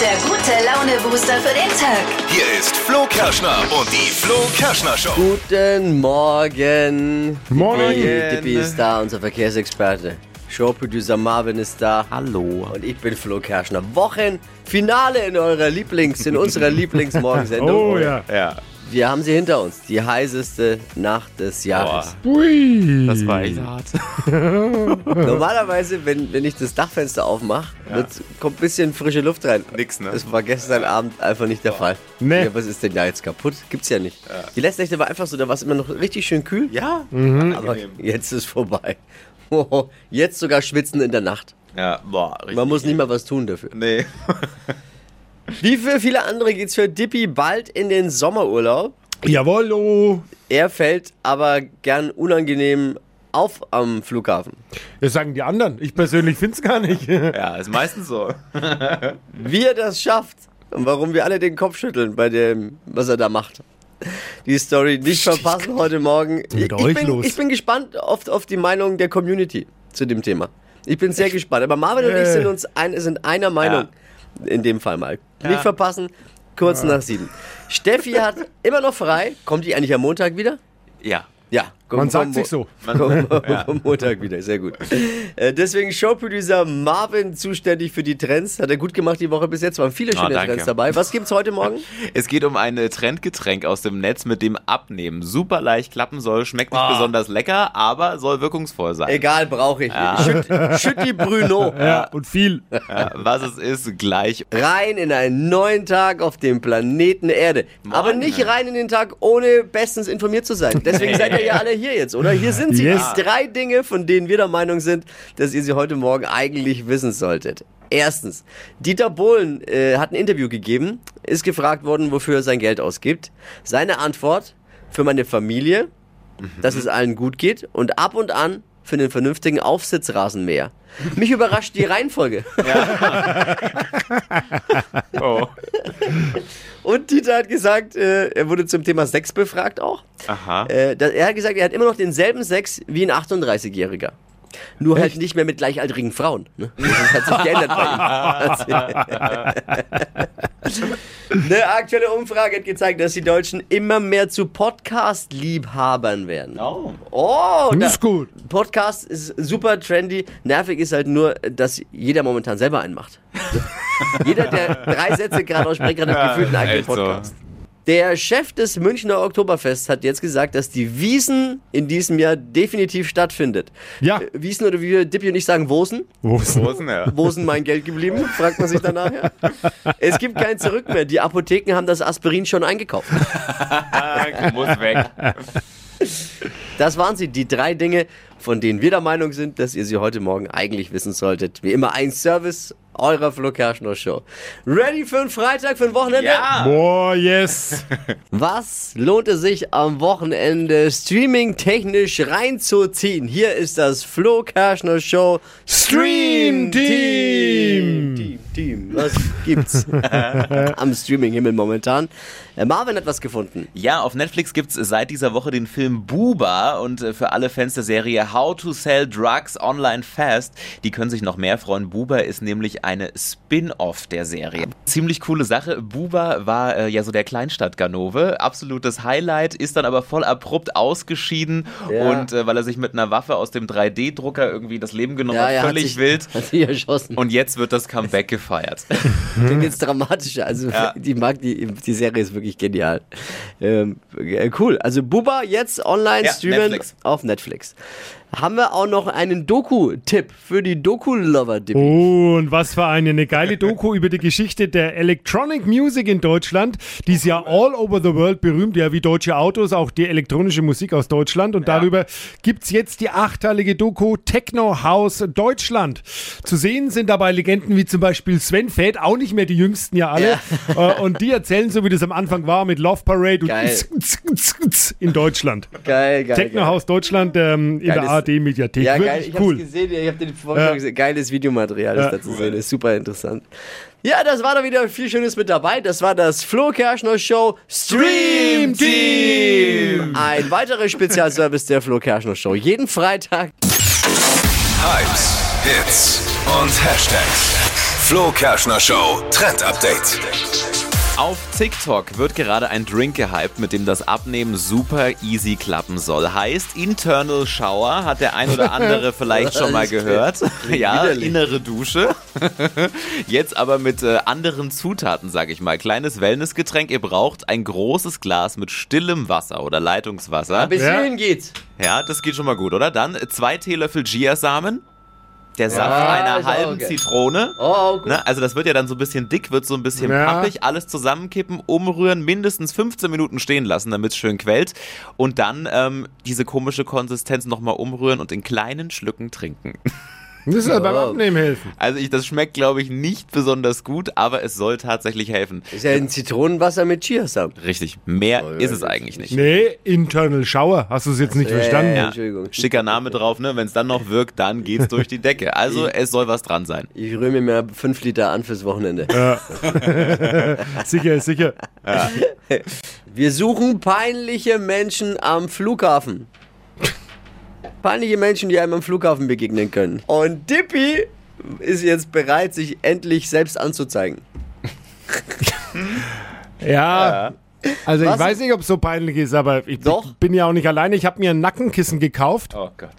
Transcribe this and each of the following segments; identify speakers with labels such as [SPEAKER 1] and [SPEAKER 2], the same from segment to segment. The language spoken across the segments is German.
[SPEAKER 1] der gute Laune-Booster für den Tag.
[SPEAKER 2] Hier ist Flo Kerschner und die Flo Kerschner Show.
[SPEAKER 3] Guten Morgen.
[SPEAKER 4] Morgen.
[SPEAKER 3] Dippi, Dippi ist da, unser Verkehrsexperte. Showproducer Marvin ist da. Hallo. Und ich bin Flo Kerschner. Wochenfinale in eurer Lieblings, in unserer Lieblingsmorgensendung.
[SPEAKER 4] Oh ja.
[SPEAKER 5] Ja,
[SPEAKER 3] Wir haben sie hinter uns. Die heißeste Nacht des Jahres.
[SPEAKER 4] Ui.
[SPEAKER 5] das war echt hart.
[SPEAKER 3] Normalerweise, wenn, wenn ich das Dachfenster aufmache, wird's- kommt ein bisschen frische Luft rein.
[SPEAKER 5] Nix, ne?
[SPEAKER 3] Das war gestern Abend einfach nicht der Fall.
[SPEAKER 4] Nee.
[SPEAKER 3] Ja, was ist denn da jetzt kaputt? Gibt's ja nicht. Die letzte Nächte war einfach so, da war es immer noch richtig schön kühl. Mhm.
[SPEAKER 5] Ja,
[SPEAKER 3] Aber
[SPEAKER 5] angenehm.
[SPEAKER 3] jetzt ist vorbei. Hoho, Jetzt sogar schwitzen in der Nacht.
[SPEAKER 5] Ja, boah, richtig.
[SPEAKER 3] Man muss nicht mal was tun dafür.
[SPEAKER 5] Nee.
[SPEAKER 3] Wie für viele andere geht's für Dippy bald in den Sommerurlaub.
[SPEAKER 4] Jawohl. oh.
[SPEAKER 3] Er fällt aber gern unangenehm auf am Flughafen.
[SPEAKER 4] Das sagen die anderen. Ich persönlich finde es gar nicht.
[SPEAKER 5] Ja, ist meistens so.
[SPEAKER 3] Wie er das schafft und warum wir alle den Kopf schütteln bei dem, was er da macht. Die Story nicht verpassen heute Morgen.
[SPEAKER 4] mit
[SPEAKER 3] ich,
[SPEAKER 4] euch
[SPEAKER 3] bin,
[SPEAKER 4] los?
[SPEAKER 3] ich bin gespannt auf, auf die Meinung der Community zu dem Thema. Ich bin sehr gespannt. Aber Marvin und ich
[SPEAKER 4] Äh.
[SPEAKER 3] sind uns ein, sind einer Meinung. In dem Fall mal. Nicht verpassen, kurz nach sieben. Steffi hat immer noch frei. Kommt die eigentlich am Montag wieder?
[SPEAKER 5] Ja.
[SPEAKER 3] Ja, komm,
[SPEAKER 4] Man sagt
[SPEAKER 3] komm,
[SPEAKER 4] sich so.
[SPEAKER 3] Komm, Am Montag wieder, sehr gut. Äh, Deswegen Showproducer Marvin zuständig für die Trends. Hat er gut gemacht die Woche bis jetzt. Waren viele
[SPEAKER 5] Ah,
[SPEAKER 3] schöne
[SPEAKER 5] danke.
[SPEAKER 3] Trends dabei. Was gibt's heute Morgen?
[SPEAKER 5] Es geht um ein äh, Trendgetränk aus dem Netz, mit dem Abnehmen super leicht klappen soll, schmeckt nicht besonders lecker, aber soll wirkungsvoll sein.
[SPEAKER 3] Egal, brauche ich. Schütt, schütt die Bruno.
[SPEAKER 4] Ja, und viel.
[SPEAKER 5] Ja, Äh, was es ist, gleich.
[SPEAKER 3] Rein in einen neuen Tag auf dem Planeten Erde. Aber
[SPEAKER 5] Mann.
[SPEAKER 3] nicht rein in den Tag, ohne bestens informiert zu sein. Deswegen seid ihr ja alle hier jetzt, oder? Hier sind sie.
[SPEAKER 4] Yes.
[SPEAKER 3] Die drei Dinge, von denen wir der Meinung sind, dass ihr sie heute Morgen eigentlich wissen solltet. Erstens, Dieter Bohlen äh, hat ein Interview gegeben, ist gefragt worden, wofür er sein Geld ausgibt. Seine Antwort, für meine Familie, dass es allen gut geht und ab und an für den vernünftigen Aufsitzrasenmäher. Mich überrascht die Reihenfolge.
[SPEAKER 5] Oh.
[SPEAKER 3] Und Dieter hat gesagt, äh, er wurde zum Thema Sex befragt auch.
[SPEAKER 5] Aha.
[SPEAKER 3] Äh, da, er hat gesagt, er hat immer noch denselben Sex wie ein 38-Jähriger. Nur halt nicht mehr mit gleichaltrigen Frauen. Ne? Das hat sich geändert bei ihm. Hat sich- Eine aktuelle Umfrage hat gezeigt, dass die Deutschen immer mehr zu Podcast-Liebhabern werden.
[SPEAKER 5] Oh.
[SPEAKER 3] Oh, da,
[SPEAKER 4] Das
[SPEAKER 5] Hm?
[SPEAKER 4] ist gut.
[SPEAKER 3] Podcast ist super trendy. Nervig ist halt nur, dass jeder momentan selber einen macht. jeder, der drei Sätze gerade ausspricht, hat
[SPEAKER 5] Ja,
[SPEAKER 3] gefühlt einen eigenen
[SPEAKER 5] echt so.
[SPEAKER 3] Podcast. Der Chef des Münchner Oktoberfests hat jetzt gesagt, dass die Wiesen in diesem Jahr definitiv stattfindet.
[SPEAKER 4] Ja.
[SPEAKER 3] Äh, Wiesen oder wie wir Dippy und ich sagen, Wosen.
[SPEAKER 4] Wo ist
[SPEAKER 5] Wo ist denn der?
[SPEAKER 3] Wo sind mein Geld geblieben? Fragt man sich danach. Ja. Es gibt kein Zurück mehr. Die Apotheken haben das Aspirin schon eingekauft.
[SPEAKER 5] Ah, Muss weg.
[SPEAKER 3] Das waren sie, die drei Dinge, von denen wir der Meinung sind, dass ihr sie heute Morgen eigentlich wissen solltet. Wie immer ein Service eurer Flo Kerschner Show. Ready für einen Freitag, für ein Wochenende?
[SPEAKER 5] Ja.
[SPEAKER 4] Boah, yes.
[SPEAKER 3] Was lohnt es sich am Wochenende streaming-technisch reinzuziehen? Hier ist das Flo Kerschner Show Stream
[SPEAKER 4] Stream
[SPEAKER 3] Team.
[SPEAKER 4] Team.
[SPEAKER 3] Team, Team. Was gibt's am Streaming-Himmel momentan? Äh, Marvin hat was gefunden.
[SPEAKER 5] Ja, auf Netflix gibt's seit dieser Woche den Film Buba und äh, für alle Fans der Serie How to Sell Drugs Online Fast, die können sich noch mehr freuen. Buba ist nämlich eine Spin-off der Serie. Ziemlich coole Sache. Buba war äh, ja so der Kleinstadt-Ganove, absolutes Highlight, ist dann aber voll abrupt ausgeschieden
[SPEAKER 3] Ja.
[SPEAKER 5] und äh, weil er sich mit einer Waffe aus dem 3D-Drucker irgendwie das Leben genommen hat,
[SPEAKER 3] hat
[SPEAKER 5] völlig
[SPEAKER 3] sich,
[SPEAKER 5] wild.
[SPEAKER 3] Hat sich erschossen.
[SPEAKER 5] Und jetzt wird das Comeback gefeiert.
[SPEAKER 3] Klingt jetzt dramatischer. Also
[SPEAKER 5] Ja.
[SPEAKER 3] die mag die, die Serie ist wirklich genial. Ähm, äh, cool. Also Buba jetzt online
[SPEAKER 5] Ja,
[SPEAKER 3] streamen
[SPEAKER 5] Netflix.
[SPEAKER 3] auf Netflix. Haben wir auch noch einen Doku-Tipp für die Doku-Lover, Dippy.
[SPEAKER 4] Oh, und was für eine, eine geile Doku über die Geschichte der Electronic Music in Deutschland. Die ist ja all over the world berühmt, ja wie deutsche Autos, auch die elektronische Musik aus Deutschland. Und darüber gibt's jetzt die achteilige Doku Techno House Deutschland. Zu sehen sind dabei Legenden wie zum Beispiel Sven Fett, auch nicht mehr die jüngsten ja alle. Äh, Und die erzählen so, wie das am Anfang war mit Love Parade und
[SPEAKER 3] Geil.
[SPEAKER 4] in Deutschland.
[SPEAKER 3] Geil, geil.
[SPEAKER 4] Techno House Deutschland ähm, in
[SPEAKER 3] Geiles-
[SPEAKER 4] der ARD Mediathek.
[SPEAKER 3] Ja, geil.
[SPEAKER 4] Wirklich
[SPEAKER 3] Ich
[SPEAKER 4] cool.
[SPEAKER 3] hab's gesehen. Ich hab den Vorschlag
[SPEAKER 4] Ja.
[SPEAKER 3] gesehen. Geiles Videomaterial ist
[SPEAKER 4] Ja.
[SPEAKER 3] da zu sehen. Ist super interessant. Ja, das war doch wieder viel Schönes mit dabei. Das war das Flo Kerschner Show Stream Team. Ein weiterer Spezialservice der Flo Kerschner Show. Jeden Freitag
[SPEAKER 2] Hypes, Hits und Hashtags. Flo Kerschner Show Trend Update.
[SPEAKER 5] Auf TikTok wird gerade ein Drink gehypt, mit dem das Abnehmen super easy klappen soll. Heißt Internal Shower, hat der ein oder andere vielleicht schon mal gehört. Ja,
[SPEAKER 3] Widerlich.
[SPEAKER 5] innere Dusche. Jetzt aber mit äh, anderen Zutaten, sag ich mal. Kleines Wellnessgetränk, ihr braucht ein großes Glas mit stillem Wasser oder Leitungswasser.
[SPEAKER 3] Bis
[SPEAKER 4] Ja.
[SPEAKER 3] hierhin geht's.
[SPEAKER 5] Ja, das geht schon mal gut, oder? Dann äh, zwei Teelöffel Chiasamen, der Saft einer
[SPEAKER 3] ist auch
[SPEAKER 5] halben
[SPEAKER 3] okay.
[SPEAKER 5] Zitrone.
[SPEAKER 3] Oh, gut.
[SPEAKER 5] Ne? Also das wird ja dann so ein bisschen dick, wird so ein bisschen
[SPEAKER 4] Ja.
[SPEAKER 5] pappig, alles zusammenkippen, umrühren, mindestens 15 Minuten stehen lassen, damit es schön quält. Und dann ähm, diese komische Konsistenz nochmal umrühren und in kleinen Schlücken trinken.
[SPEAKER 4] Das soll beim
[SPEAKER 3] Ja.
[SPEAKER 4] Abnehmen helfen.
[SPEAKER 5] Also ich, das schmeckt, glaube ich, nicht besonders gut, aber es soll tatsächlich helfen.
[SPEAKER 3] Ist ja ein Zitronenwasser mit Chiasamen.
[SPEAKER 5] Richtig, mehr
[SPEAKER 3] Oh, ja,
[SPEAKER 5] ist es
[SPEAKER 3] das
[SPEAKER 5] eigentlich nicht.
[SPEAKER 4] Nee, Internal Shower. Hast du es jetzt nicht
[SPEAKER 3] Ja,
[SPEAKER 4] verstanden?
[SPEAKER 3] ja,
[SPEAKER 5] Ja,
[SPEAKER 3] Äh, Entschuldigung.
[SPEAKER 5] schicker Name drauf, ne? Wenn es dann noch wirkt, dann geht's durch die Decke. Also es soll was dran sein.
[SPEAKER 3] Ich rühre mir mal 5 Liter an fürs Wochenende.
[SPEAKER 4] Sicher, ist sicher.
[SPEAKER 3] Wir suchen peinliche Menschen am Flughafen. Peinliche Menschen, die einem am Flughafen begegnen können. Und Dippy ist jetzt bereit, sich endlich selbst anzuzeigen.
[SPEAKER 4] Ja. Also ich
[SPEAKER 3] Was?
[SPEAKER 4] weiß nicht, ob es so peinlich ist, aber ich
[SPEAKER 3] Doch.
[SPEAKER 4] bin ja auch nicht alleine. Ich habe mir ein Nackenkissen gekauft.
[SPEAKER 5] Oh Gott.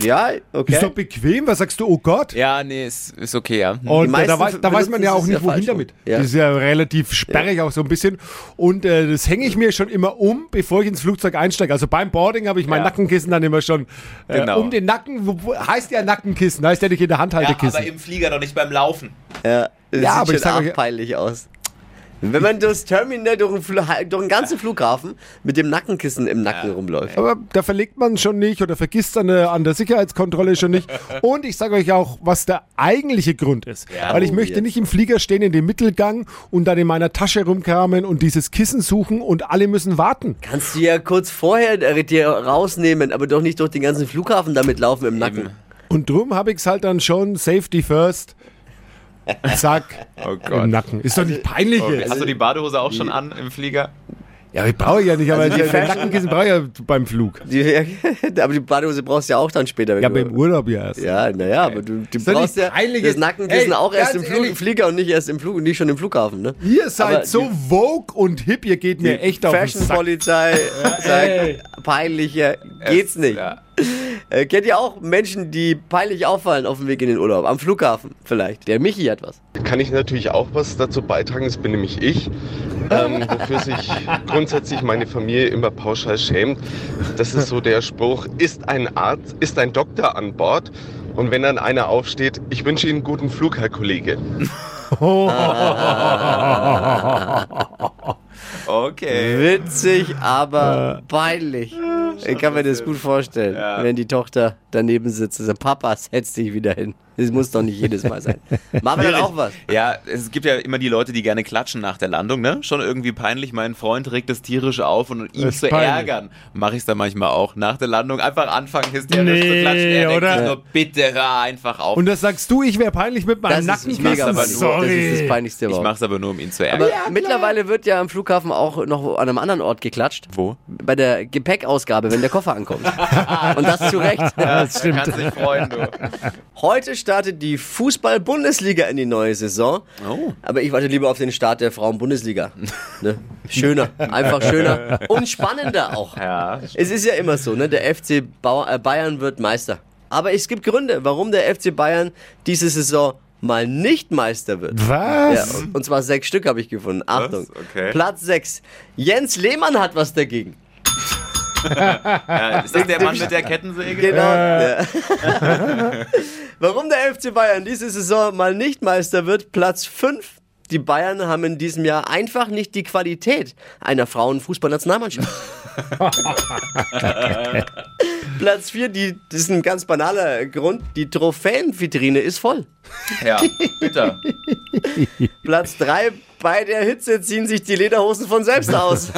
[SPEAKER 3] Ja,
[SPEAKER 4] Ist doch
[SPEAKER 3] okay.
[SPEAKER 4] bequem. Was sagst du? Oh Gott.
[SPEAKER 5] Ja, nee, ist, ist okay, ja.
[SPEAKER 4] Und äh, da,
[SPEAKER 3] meisten
[SPEAKER 4] weiß, da weiß man
[SPEAKER 3] benutzen
[SPEAKER 4] ja
[SPEAKER 3] es
[SPEAKER 4] auch
[SPEAKER 3] ja
[SPEAKER 4] nicht, wohin
[SPEAKER 3] falsch rum.
[SPEAKER 4] damit.
[SPEAKER 3] Ja.
[SPEAKER 4] Das ist ja relativ sperrig auch so ein bisschen. Und äh, das hänge ich mir schon immer um, bevor ich ins Flugzeug einsteige. Also beim Boarding habe ich mein
[SPEAKER 5] Ja.
[SPEAKER 4] Nackenkissen dann immer schon äh,
[SPEAKER 5] Genau.
[SPEAKER 4] um den Nacken. Wo, wo, heißt ja Nackenkissen, heißt ja nicht in der Hand halte Kissen.
[SPEAKER 5] Flieger, doch nicht beim Laufen.
[SPEAKER 3] Ja, das
[SPEAKER 4] Ja,
[SPEAKER 3] sieht
[SPEAKER 4] aber
[SPEAKER 3] schon
[SPEAKER 4] ich sag euch-
[SPEAKER 3] arg peinlich aus. Wenn man durchs Terminal, durch den, Fl halt, durch den ganzen Flughafen mit dem Nackenkissen im Nacken rumläuft.
[SPEAKER 4] Aber da verlegt man schon nicht oder vergisst an der, an der Sicherheitskontrolle schon nicht. Und ich sage euch auch, was der eigentliche Grund ist.
[SPEAKER 5] Ja,
[SPEAKER 4] Weil ich
[SPEAKER 3] oh,
[SPEAKER 4] möchte
[SPEAKER 3] jetzt.
[SPEAKER 4] nicht im Flieger stehen, in dem Mittelgang und dann in meiner Tasche rumkramen und dieses Kissen suchen und alle müssen warten.
[SPEAKER 3] Kannst du ja kurz vorher äh, dir rausnehmen, aber doch nicht durch den ganzen Flughafen damit laufen im Nacken.
[SPEAKER 4] Und drum habe ich es halt dann schon Safety First. Zack.
[SPEAKER 5] Oh Gott.
[SPEAKER 4] Im Nacken. Ist doch nicht peinlich jetzt.
[SPEAKER 5] Hast du die Badehose auch schon an im Flieger?
[SPEAKER 4] Ja, ich brauche ich ja nicht, aber
[SPEAKER 3] Also die
[SPEAKER 4] die den
[SPEAKER 3] Fashion-
[SPEAKER 4] Nackenkissen brauche ich ja beim Flug.
[SPEAKER 3] Die, aber die Badehose brauchst du ja auch dann später. Wenn
[SPEAKER 4] Ja,
[SPEAKER 3] du-
[SPEAKER 4] aber im Urlaub ja erst.
[SPEAKER 3] Ja, naja, aber du, du
[SPEAKER 4] Ist doch
[SPEAKER 3] brauchst
[SPEAKER 4] nicht
[SPEAKER 3] ja
[SPEAKER 4] peinlich
[SPEAKER 3] das
[SPEAKER 4] jetzt.
[SPEAKER 3] Nackenkissen
[SPEAKER 4] Ey,
[SPEAKER 3] auch erst im
[SPEAKER 4] ganz
[SPEAKER 3] Flug,
[SPEAKER 4] ehrlich.
[SPEAKER 3] Flieger und nicht erst im Flug und nicht schon im Flughafen, ne?
[SPEAKER 4] Ihr seid
[SPEAKER 3] Aber
[SPEAKER 4] so vogue und hip, ihr geht mir echt auf den Sack.
[SPEAKER 3] Fashion-Polizei
[SPEAKER 4] ey.
[SPEAKER 3] sagt, peinlicher geht's nicht.
[SPEAKER 5] Ja.
[SPEAKER 3] Äh, kennt ihr auch Menschen, die peinlich auffallen auf dem Weg in den Urlaub? Am Flughafen vielleicht. Der Michi hat was.
[SPEAKER 6] kann ich natürlich auch was dazu beitragen, das bin nämlich ich, ähm, wofür sich grundsätzlich meine Familie immer pauschal schämt. Das ist so der Spruch, ist ein Arzt, ist ein Doktor an Bord und wenn dann einer aufsteht, ich wünsche Ihnen guten Flug, Herr Kollege.
[SPEAKER 5] Okay.
[SPEAKER 3] Witzig, aber peinlich. Ich kann mir das gut vorstellen, wenn die Tochter daneben sitzt und sagt, Papa, setz dich wieder hin. Das muss doch nicht jedes Mal sein. Marvin hat auch was.
[SPEAKER 5] Ja, es gibt ja immer die Leute, die gerne klatschen nach der Landung, ne? Schon irgendwie peinlich. Mein Freund regt es tierisch auf und um ihn
[SPEAKER 4] Ist
[SPEAKER 5] zu
[SPEAKER 4] peinlich.
[SPEAKER 5] ärgern, mache ich es dann manchmal auch. Nach der Landung einfach anfangen, hysterisch zu
[SPEAKER 4] Nee,
[SPEAKER 5] klatschen. Er
[SPEAKER 4] oder?
[SPEAKER 5] denkt sich nur, bitte hör einfach auf.
[SPEAKER 4] Und das sagst du, ich wäre peinlich mit meinem
[SPEAKER 3] Das ist,
[SPEAKER 4] Nackenkissen.
[SPEAKER 3] mega,
[SPEAKER 5] aber nur-
[SPEAKER 4] Sorry.
[SPEAKER 3] das ist das peinlichste
[SPEAKER 5] ich
[SPEAKER 3] überhaupt.
[SPEAKER 5] mache es aber nur, um ihn zu
[SPEAKER 3] Aber
[SPEAKER 5] ärgern.
[SPEAKER 3] mittlerweile wird ja am Flughafen auch noch an einem anderen Ort geklatscht.
[SPEAKER 5] Wo?
[SPEAKER 3] Bei der Gepäckausgabe, wenn der Koffer ankommt. Und das zu Recht.
[SPEAKER 5] stimmt. Er kann sich freuen, du.
[SPEAKER 3] Heute startet die Fußball-Bundesliga in die neue Saison.
[SPEAKER 5] Oh.
[SPEAKER 3] Aber ich warte lieber auf den Start der Frauen-Bundesliga. Ne? Schöner, einfach schöner und spannender auch.
[SPEAKER 5] Ja,
[SPEAKER 3] Es ist ja immer so, ne? der FC Bau- äh, Bayern wird Meister. Aber es gibt Gründe, warum der FC Bayern diese Saison mal nicht Meister wird. Ja,
[SPEAKER 4] Was?
[SPEAKER 3] und zwar sechs Stück habe ich gefunden. Achtung.
[SPEAKER 5] Okay.
[SPEAKER 3] Platz sechs. Jens Lehmann hat was dagegen.
[SPEAKER 5] ja, ist das der Mann mit der Kettensäge?
[SPEAKER 3] Genau. Ja. Warum der FC Bayern diese Saison mal nicht Meister wird, Platz 5. Die Bayern haben in diesem Jahr einfach nicht die Qualität einer Frauenfußballnationalmannschaft. Platz 4, die, das ist ein ganz banaler Grund, die Trophäenvitrine ist voll.
[SPEAKER 5] Ja, bitter.
[SPEAKER 3] Platz 3, bei der Hitze ziehen sich die Lederhosen von selbst aus.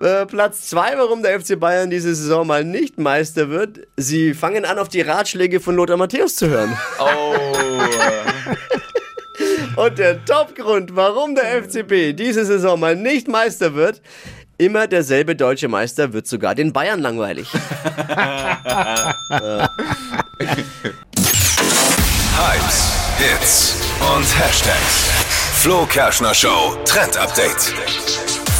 [SPEAKER 3] Äh, Platz 2, warum der FC Bayern diese Saison mal nicht Meister wird. Sie fangen an, auf die Ratschläge von Lothar Matthäus zu hören.
[SPEAKER 5] Oh.
[SPEAKER 3] Und der Topgrund, warum der FCB diese Saison mal nicht Meister wird. Immer derselbe deutsche Meister wird sogar den Bayern langweilig.
[SPEAKER 2] Hypes, Hits und Hashtags. Flo Kerschner Show Trend Update.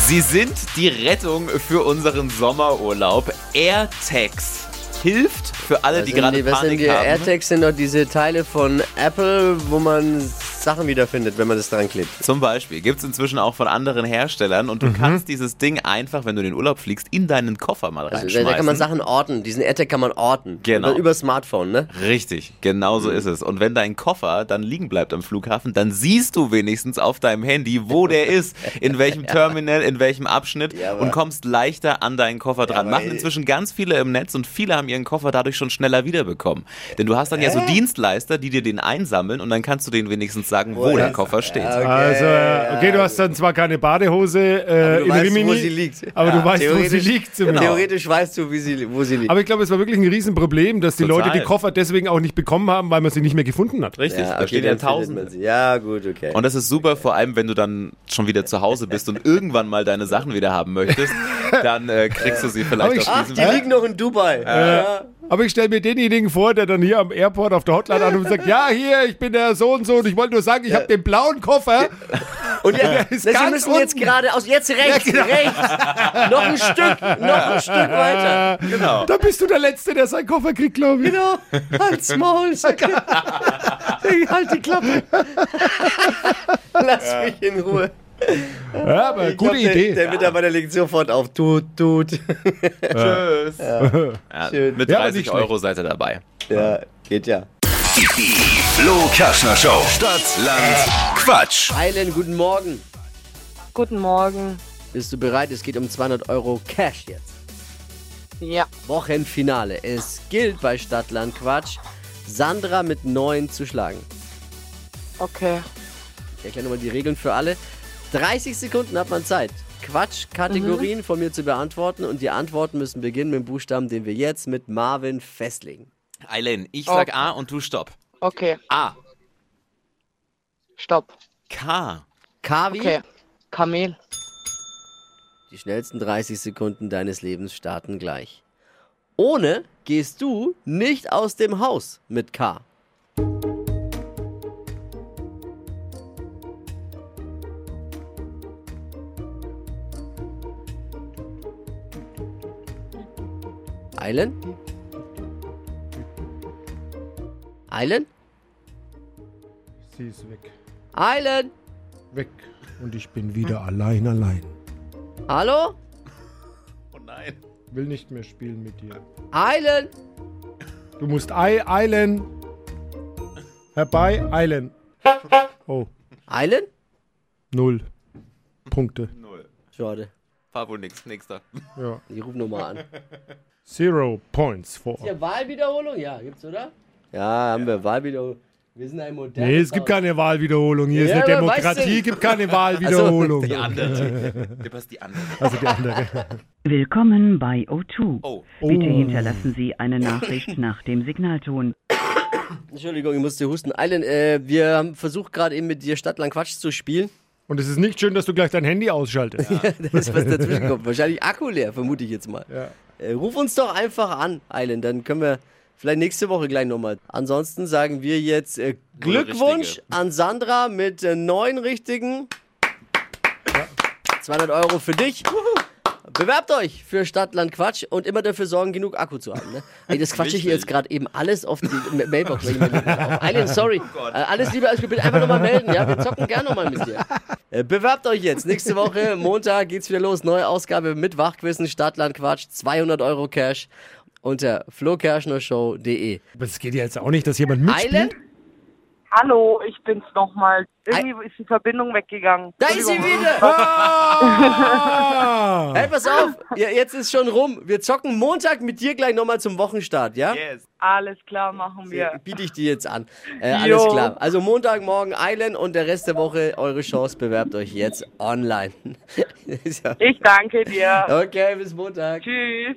[SPEAKER 5] Sie sind die Rettung für unseren Sommerurlaub. AirTags hilft für alle, die
[SPEAKER 3] sind
[SPEAKER 5] gerade
[SPEAKER 3] was sind
[SPEAKER 5] Panik
[SPEAKER 3] Also die
[SPEAKER 5] haben. ne?
[SPEAKER 3] AirTags? Sind doch diese Teile von Apple, wo man Sachen wiederfindet, wenn man das dran klebt.
[SPEAKER 5] Zum Beispiel gibt's inzwischen auch von anderen Herstellern
[SPEAKER 3] Mhm.
[SPEAKER 5] und du kannst dieses Ding einfach, wenn du in den Urlaub fliegst, in deinen Koffer mal
[SPEAKER 3] Also,
[SPEAKER 5] reinschmeißen.
[SPEAKER 3] da kann man Sachen orten. Diesen AirTag kann man orten.
[SPEAKER 5] Genau.
[SPEAKER 3] Über, über Smartphone, ne?
[SPEAKER 5] Richtig, genau
[SPEAKER 3] Mhm.
[SPEAKER 5] so ist es. Und wenn dein Koffer dann liegen bleibt am Flughafen, dann siehst du wenigstens auf deinem Handy, wo der ist, in welchem Terminal, in welchem Abschnitt
[SPEAKER 3] Ja, aber-
[SPEAKER 5] und kommst leichter an deinen Koffer dran.
[SPEAKER 3] aber-
[SPEAKER 5] Machen inzwischen ganz viele im Netz und viele haben ihren Koffer dadurch schon schneller wiederbekommen. Denn du hast dann ja so Dienstleister, die dir den einsammeln und dann kannst du denen wenigstens sagen, wo,
[SPEAKER 3] Wo
[SPEAKER 5] der
[SPEAKER 3] ist-
[SPEAKER 5] Koffer steht.
[SPEAKER 3] Ja,
[SPEAKER 4] Also, äh, okay, du hast dann zwar keine Badehose äh,
[SPEAKER 3] du
[SPEAKER 4] in
[SPEAKER 3] weißt, wo
[SPEAKER 4] Rimini,
[SPEAKER 3] sie liegt.
[SPEAKER 4] aber
[SPEAKER 3] Ja,
[SPEAKER 4] du weißt, wo sie
[SPEAKER 3] theoretisch- Genau.
[SPEAKER 4] liegt. zumindest.
[SPEAKER 3] Theoretisch weißt du, wie sie, wo sie liegt.
[SPEAKER 4] Aber ich glaube, es war wirklich ein Riesenproblem, dass die
[SPEAKER 5] Total.
[SPEAKER 4] Leute die Koffer deswegen auch nicht bekommen haben, weil man sie nicht mehr gefunden hat.
[SPEAKER 5] Richtig,
[SPEAKER 3] ja,
[SPEAKER 5] da
[SPEAKER 3] okay,
[SPEAKER 5] steht ja
[SPEAKER 3] dann findet
[SPEAKER 5] Tausende.
[SPEAKER 3] man sie. Ja, gut, okay.
[SPEAKER 5] Und das ist super, vor allem wenn du dann schon wieder zu Hause bist und irgendwann mal deine Sachen wieder haben möchtest, dann äh, kriegst du sie
[SPEAKER 4] Aber
[SPEAKER 5] vielleicht
[SPEAKER 4] ich-
[SPEAKER 5] auf
[SPEAKER 3] Ach,
[SPEAKER 5] diesem
[SPEAKER 3] die liegen noch in Dubai. Ja.
[SPEAKER 4] Aber ich stelle mir denjenigen vor, der dann hier am Airport auf der Hotline an und sagt, ja, hier, ich bin der so und so und ich wollte nur sagen, ich habe den blauen Koffer.
[SPEAKER 3] Und ja,
[SPEAKER 4] ist
[SPEAKER 3] na, sie
[SPEAKER 4] ganz
[SPEAKER 3] müssen jetzt
[SPEAKER 4] unten. genau.
[SPEAKER 3] geradeaus, jetzt rechts, rechts. Noch ein Stück, noch ein Stück weiter.
[SPEAKER 5] Genau.
[SPEAKER 4] Da bist du der Letzte, der seinen Koffer kriegt, glaube ich.
[SPEAKER 3] Genau, halt's Maul. sag ich. halt die Klappe. Lass mich in Ruhe.
[SPEAKER 4] Ja, aber
[SPEAKER 3] Ich
[SPEAKER 4] gute
[SPEAKER 3] glaub,
[SPEAKER 4] Idee.
[SPEAKER 3] Der, der Mitarbeiter legt sofort auf. Tut, tut.
[SPEAKER 5] Tschüss. Ja. Mit
[SPEAKER 4] Ja,
[SPEAKER 5] 30
[SPEAKER 4] nicht schlecht.
[SPEAKER 5] Euro seid ihr dabei.
[SPEAKER 3] Ja, geht ja.
[SPEAKER 2] Die Flo Kerschner Show. Stadt, Land, Quatsch.
[SPEAKER 3] Eilen, guten Morgen.
[SPEAKER 7] Guten Morgen.
[SPEAKER 3] Bist du bereit? Es geht um 200 Euro Cash jetzt.
[SPEAKER 7] Ja,
[SPEAKER 3] Wochenfinale. Es gilt bei Stadtland Quatsch, Sandra mit 9 zu schlagen.
[SPEAKER 7] okay.
[SPEAKER 3] Ich erkläre nochmal die Regeln für alle. 30 Sekunden hat man Zeit, Quatsch-Kategorien von mir zu beantworten und die Antworten müssen beginnen mit dem Buchstaben, den wir jetzt mit Marvin festlegen.
[SPEAKER 5] Eileen, ich sag A und du stopp.
[SPEAKER 7] Okay,
[SPEAKER 5] A.
[SPEAKER 7] stopp.
[SPEAKER 5] K.
[SPEAKER 3] Kavi,
[SPEAKER 7] Okay. Kamel.
[SPEAKER 3] die schnellsten 30 Sekunden deines Lebens starten gleich. Ohne gehst du nicht aus dem Haus mit K. Eilen? Eilen?
[SPEAKER 4] Sie ist weg.
[SPEAKER 3] Eilen?
[SPEAKER 4] Weg. Und ich bin wieder allein, allein.
[SPEAKER 3] Hallo?
[SPEAKER 5] Oh nein.
[SPEAKER 4] Will nicht mehr spielen mit dir.
[SPEAKER 3] Eilen?
[SPEAKER 4] Du musst ei eilen. Herbei eilen. Oh,
[SPEAKER 3] Eilen?
[SPEAKER 4] null Punkte.
[SPEAKER 3] Schade.
[SPEAKER 5] War nix, nächster.
[SPEAKER 4] Ja.
[SPEAKER 3] Ich rufe nochmal an.
[SPEAKER 4] Zero Points vor.
[SPEAKER 3] Ist hier Wahlwiederholung? Ja, gibt's, oder? Ja, haben wir Wahlwiederholung. Wir sind ein modernes
[SPEAKER 4] Nee, es gibt
[SPEAKER 3] Haus.
[SPEAKER 4] keine Wahlwiederholung. Hier
[SPEAKER 3] Ja,
[SPEAKER 4] ist eine
[SPEAKER 3] aber weißt
[SPEAKER 4] Demokratie,
[SPEAKER 3] du-
[SPEAKER 4] gibt keine Wahlwiederholung.
[SPEAKER 5] Die andere. Du passt die andere.
[SPEAKER 4] Also die andere.
[SPEAKER 8] Willkommen bei O2.
[SPEAKER 5] Oh.
[SPEAKER 8] Bitte
[SPEAKER 4] Oh.
[SPEAKER 8] hinterlassen Sie eine Nachricht nach dem Signalton.
[SPEAKER 3] Entschuldigung, ich musste husten. Eilen, äh, wir haben versucht gerade eben mit dir Stadtlang Quatsch zu spielen.
[SPEAKER 4] Und es ist nicht schön, dass du gleich dein Handy ausschaltest.
[SPEAKER 3] da ist was dazwischen kommt. Wahrscheinlich Akku leer, vermute ich jetzt mal. Äh, ruf uns doch einfach an, Eilen. Dann können wir vielleicht nächste Woche gleich nochmal. Ansonsten sagen wir jetzt
[SPEAKER 5] Null
[SPEAKER 3] äh, Glückwunsch
[SPEAKER 5] Richtige.
[SPEAKER 3] an Sandra mit äh, neun richtigen. 200 Euro für dich. Bewerbt euch für Stadtland Quatsch und immer dafür sorgen, genug Akku zu haben. Ne? Ey, das quatsche ich hier
[SPEAKER 5] Wichtig.
[SPEAKER 3] jetzt gerade eben alles auf die Ma- Mailbox. weil ich mir nicht auf- Eileen, sorry. Äh, alles Liebe, alles Gute. Bitte einfach nochmal melden. Ja? Wir zocken gerne nochmal mit dir. Äh, Bewerbt euch jetzt. Nächste Woche, Montag, geht's wieder los. Neue Ausgabe mit Wachquissen, Stadtland Quatsch, 200 Euro Cash unter flokerschnershow.de.
[SPEAKER 4] Aber es geht ja jetzt auch nicht, dass jemand mitspielt.
[SPEAKER 3] Eilen?
[SPEAKER 9] Hallo, ich bin's nochmal. Irgendwie ist die Verbindung weggegangen.
[SPEAKER 3] Da ist sie wieder!
[SPEAKER 4] Ah!
[SPEAKER 3] Hey, pass auf, ja, jetzt ist schon rum. Wir zocken Montag mit dir gleich nochmal zum Wochenstart, ja?
[SPEAKER 5] Yes.
[SPEAKER 9] Alles klar, machen wir.
[SPEAKER 3] Biete ich dir jetzt an. Äh,
[SPEAKER 9] Jo.
[SPEAKER 3] alles klar. Also Montagmorgen Island und der Rest der Woche eure Chance. Bewerbt euch jetzt online. Ist ja-
[SPEAKER 9] Ich danke dir.
[SPEAKER 3] okay, bis Montag.
[SPEAKER 9] Tschüss.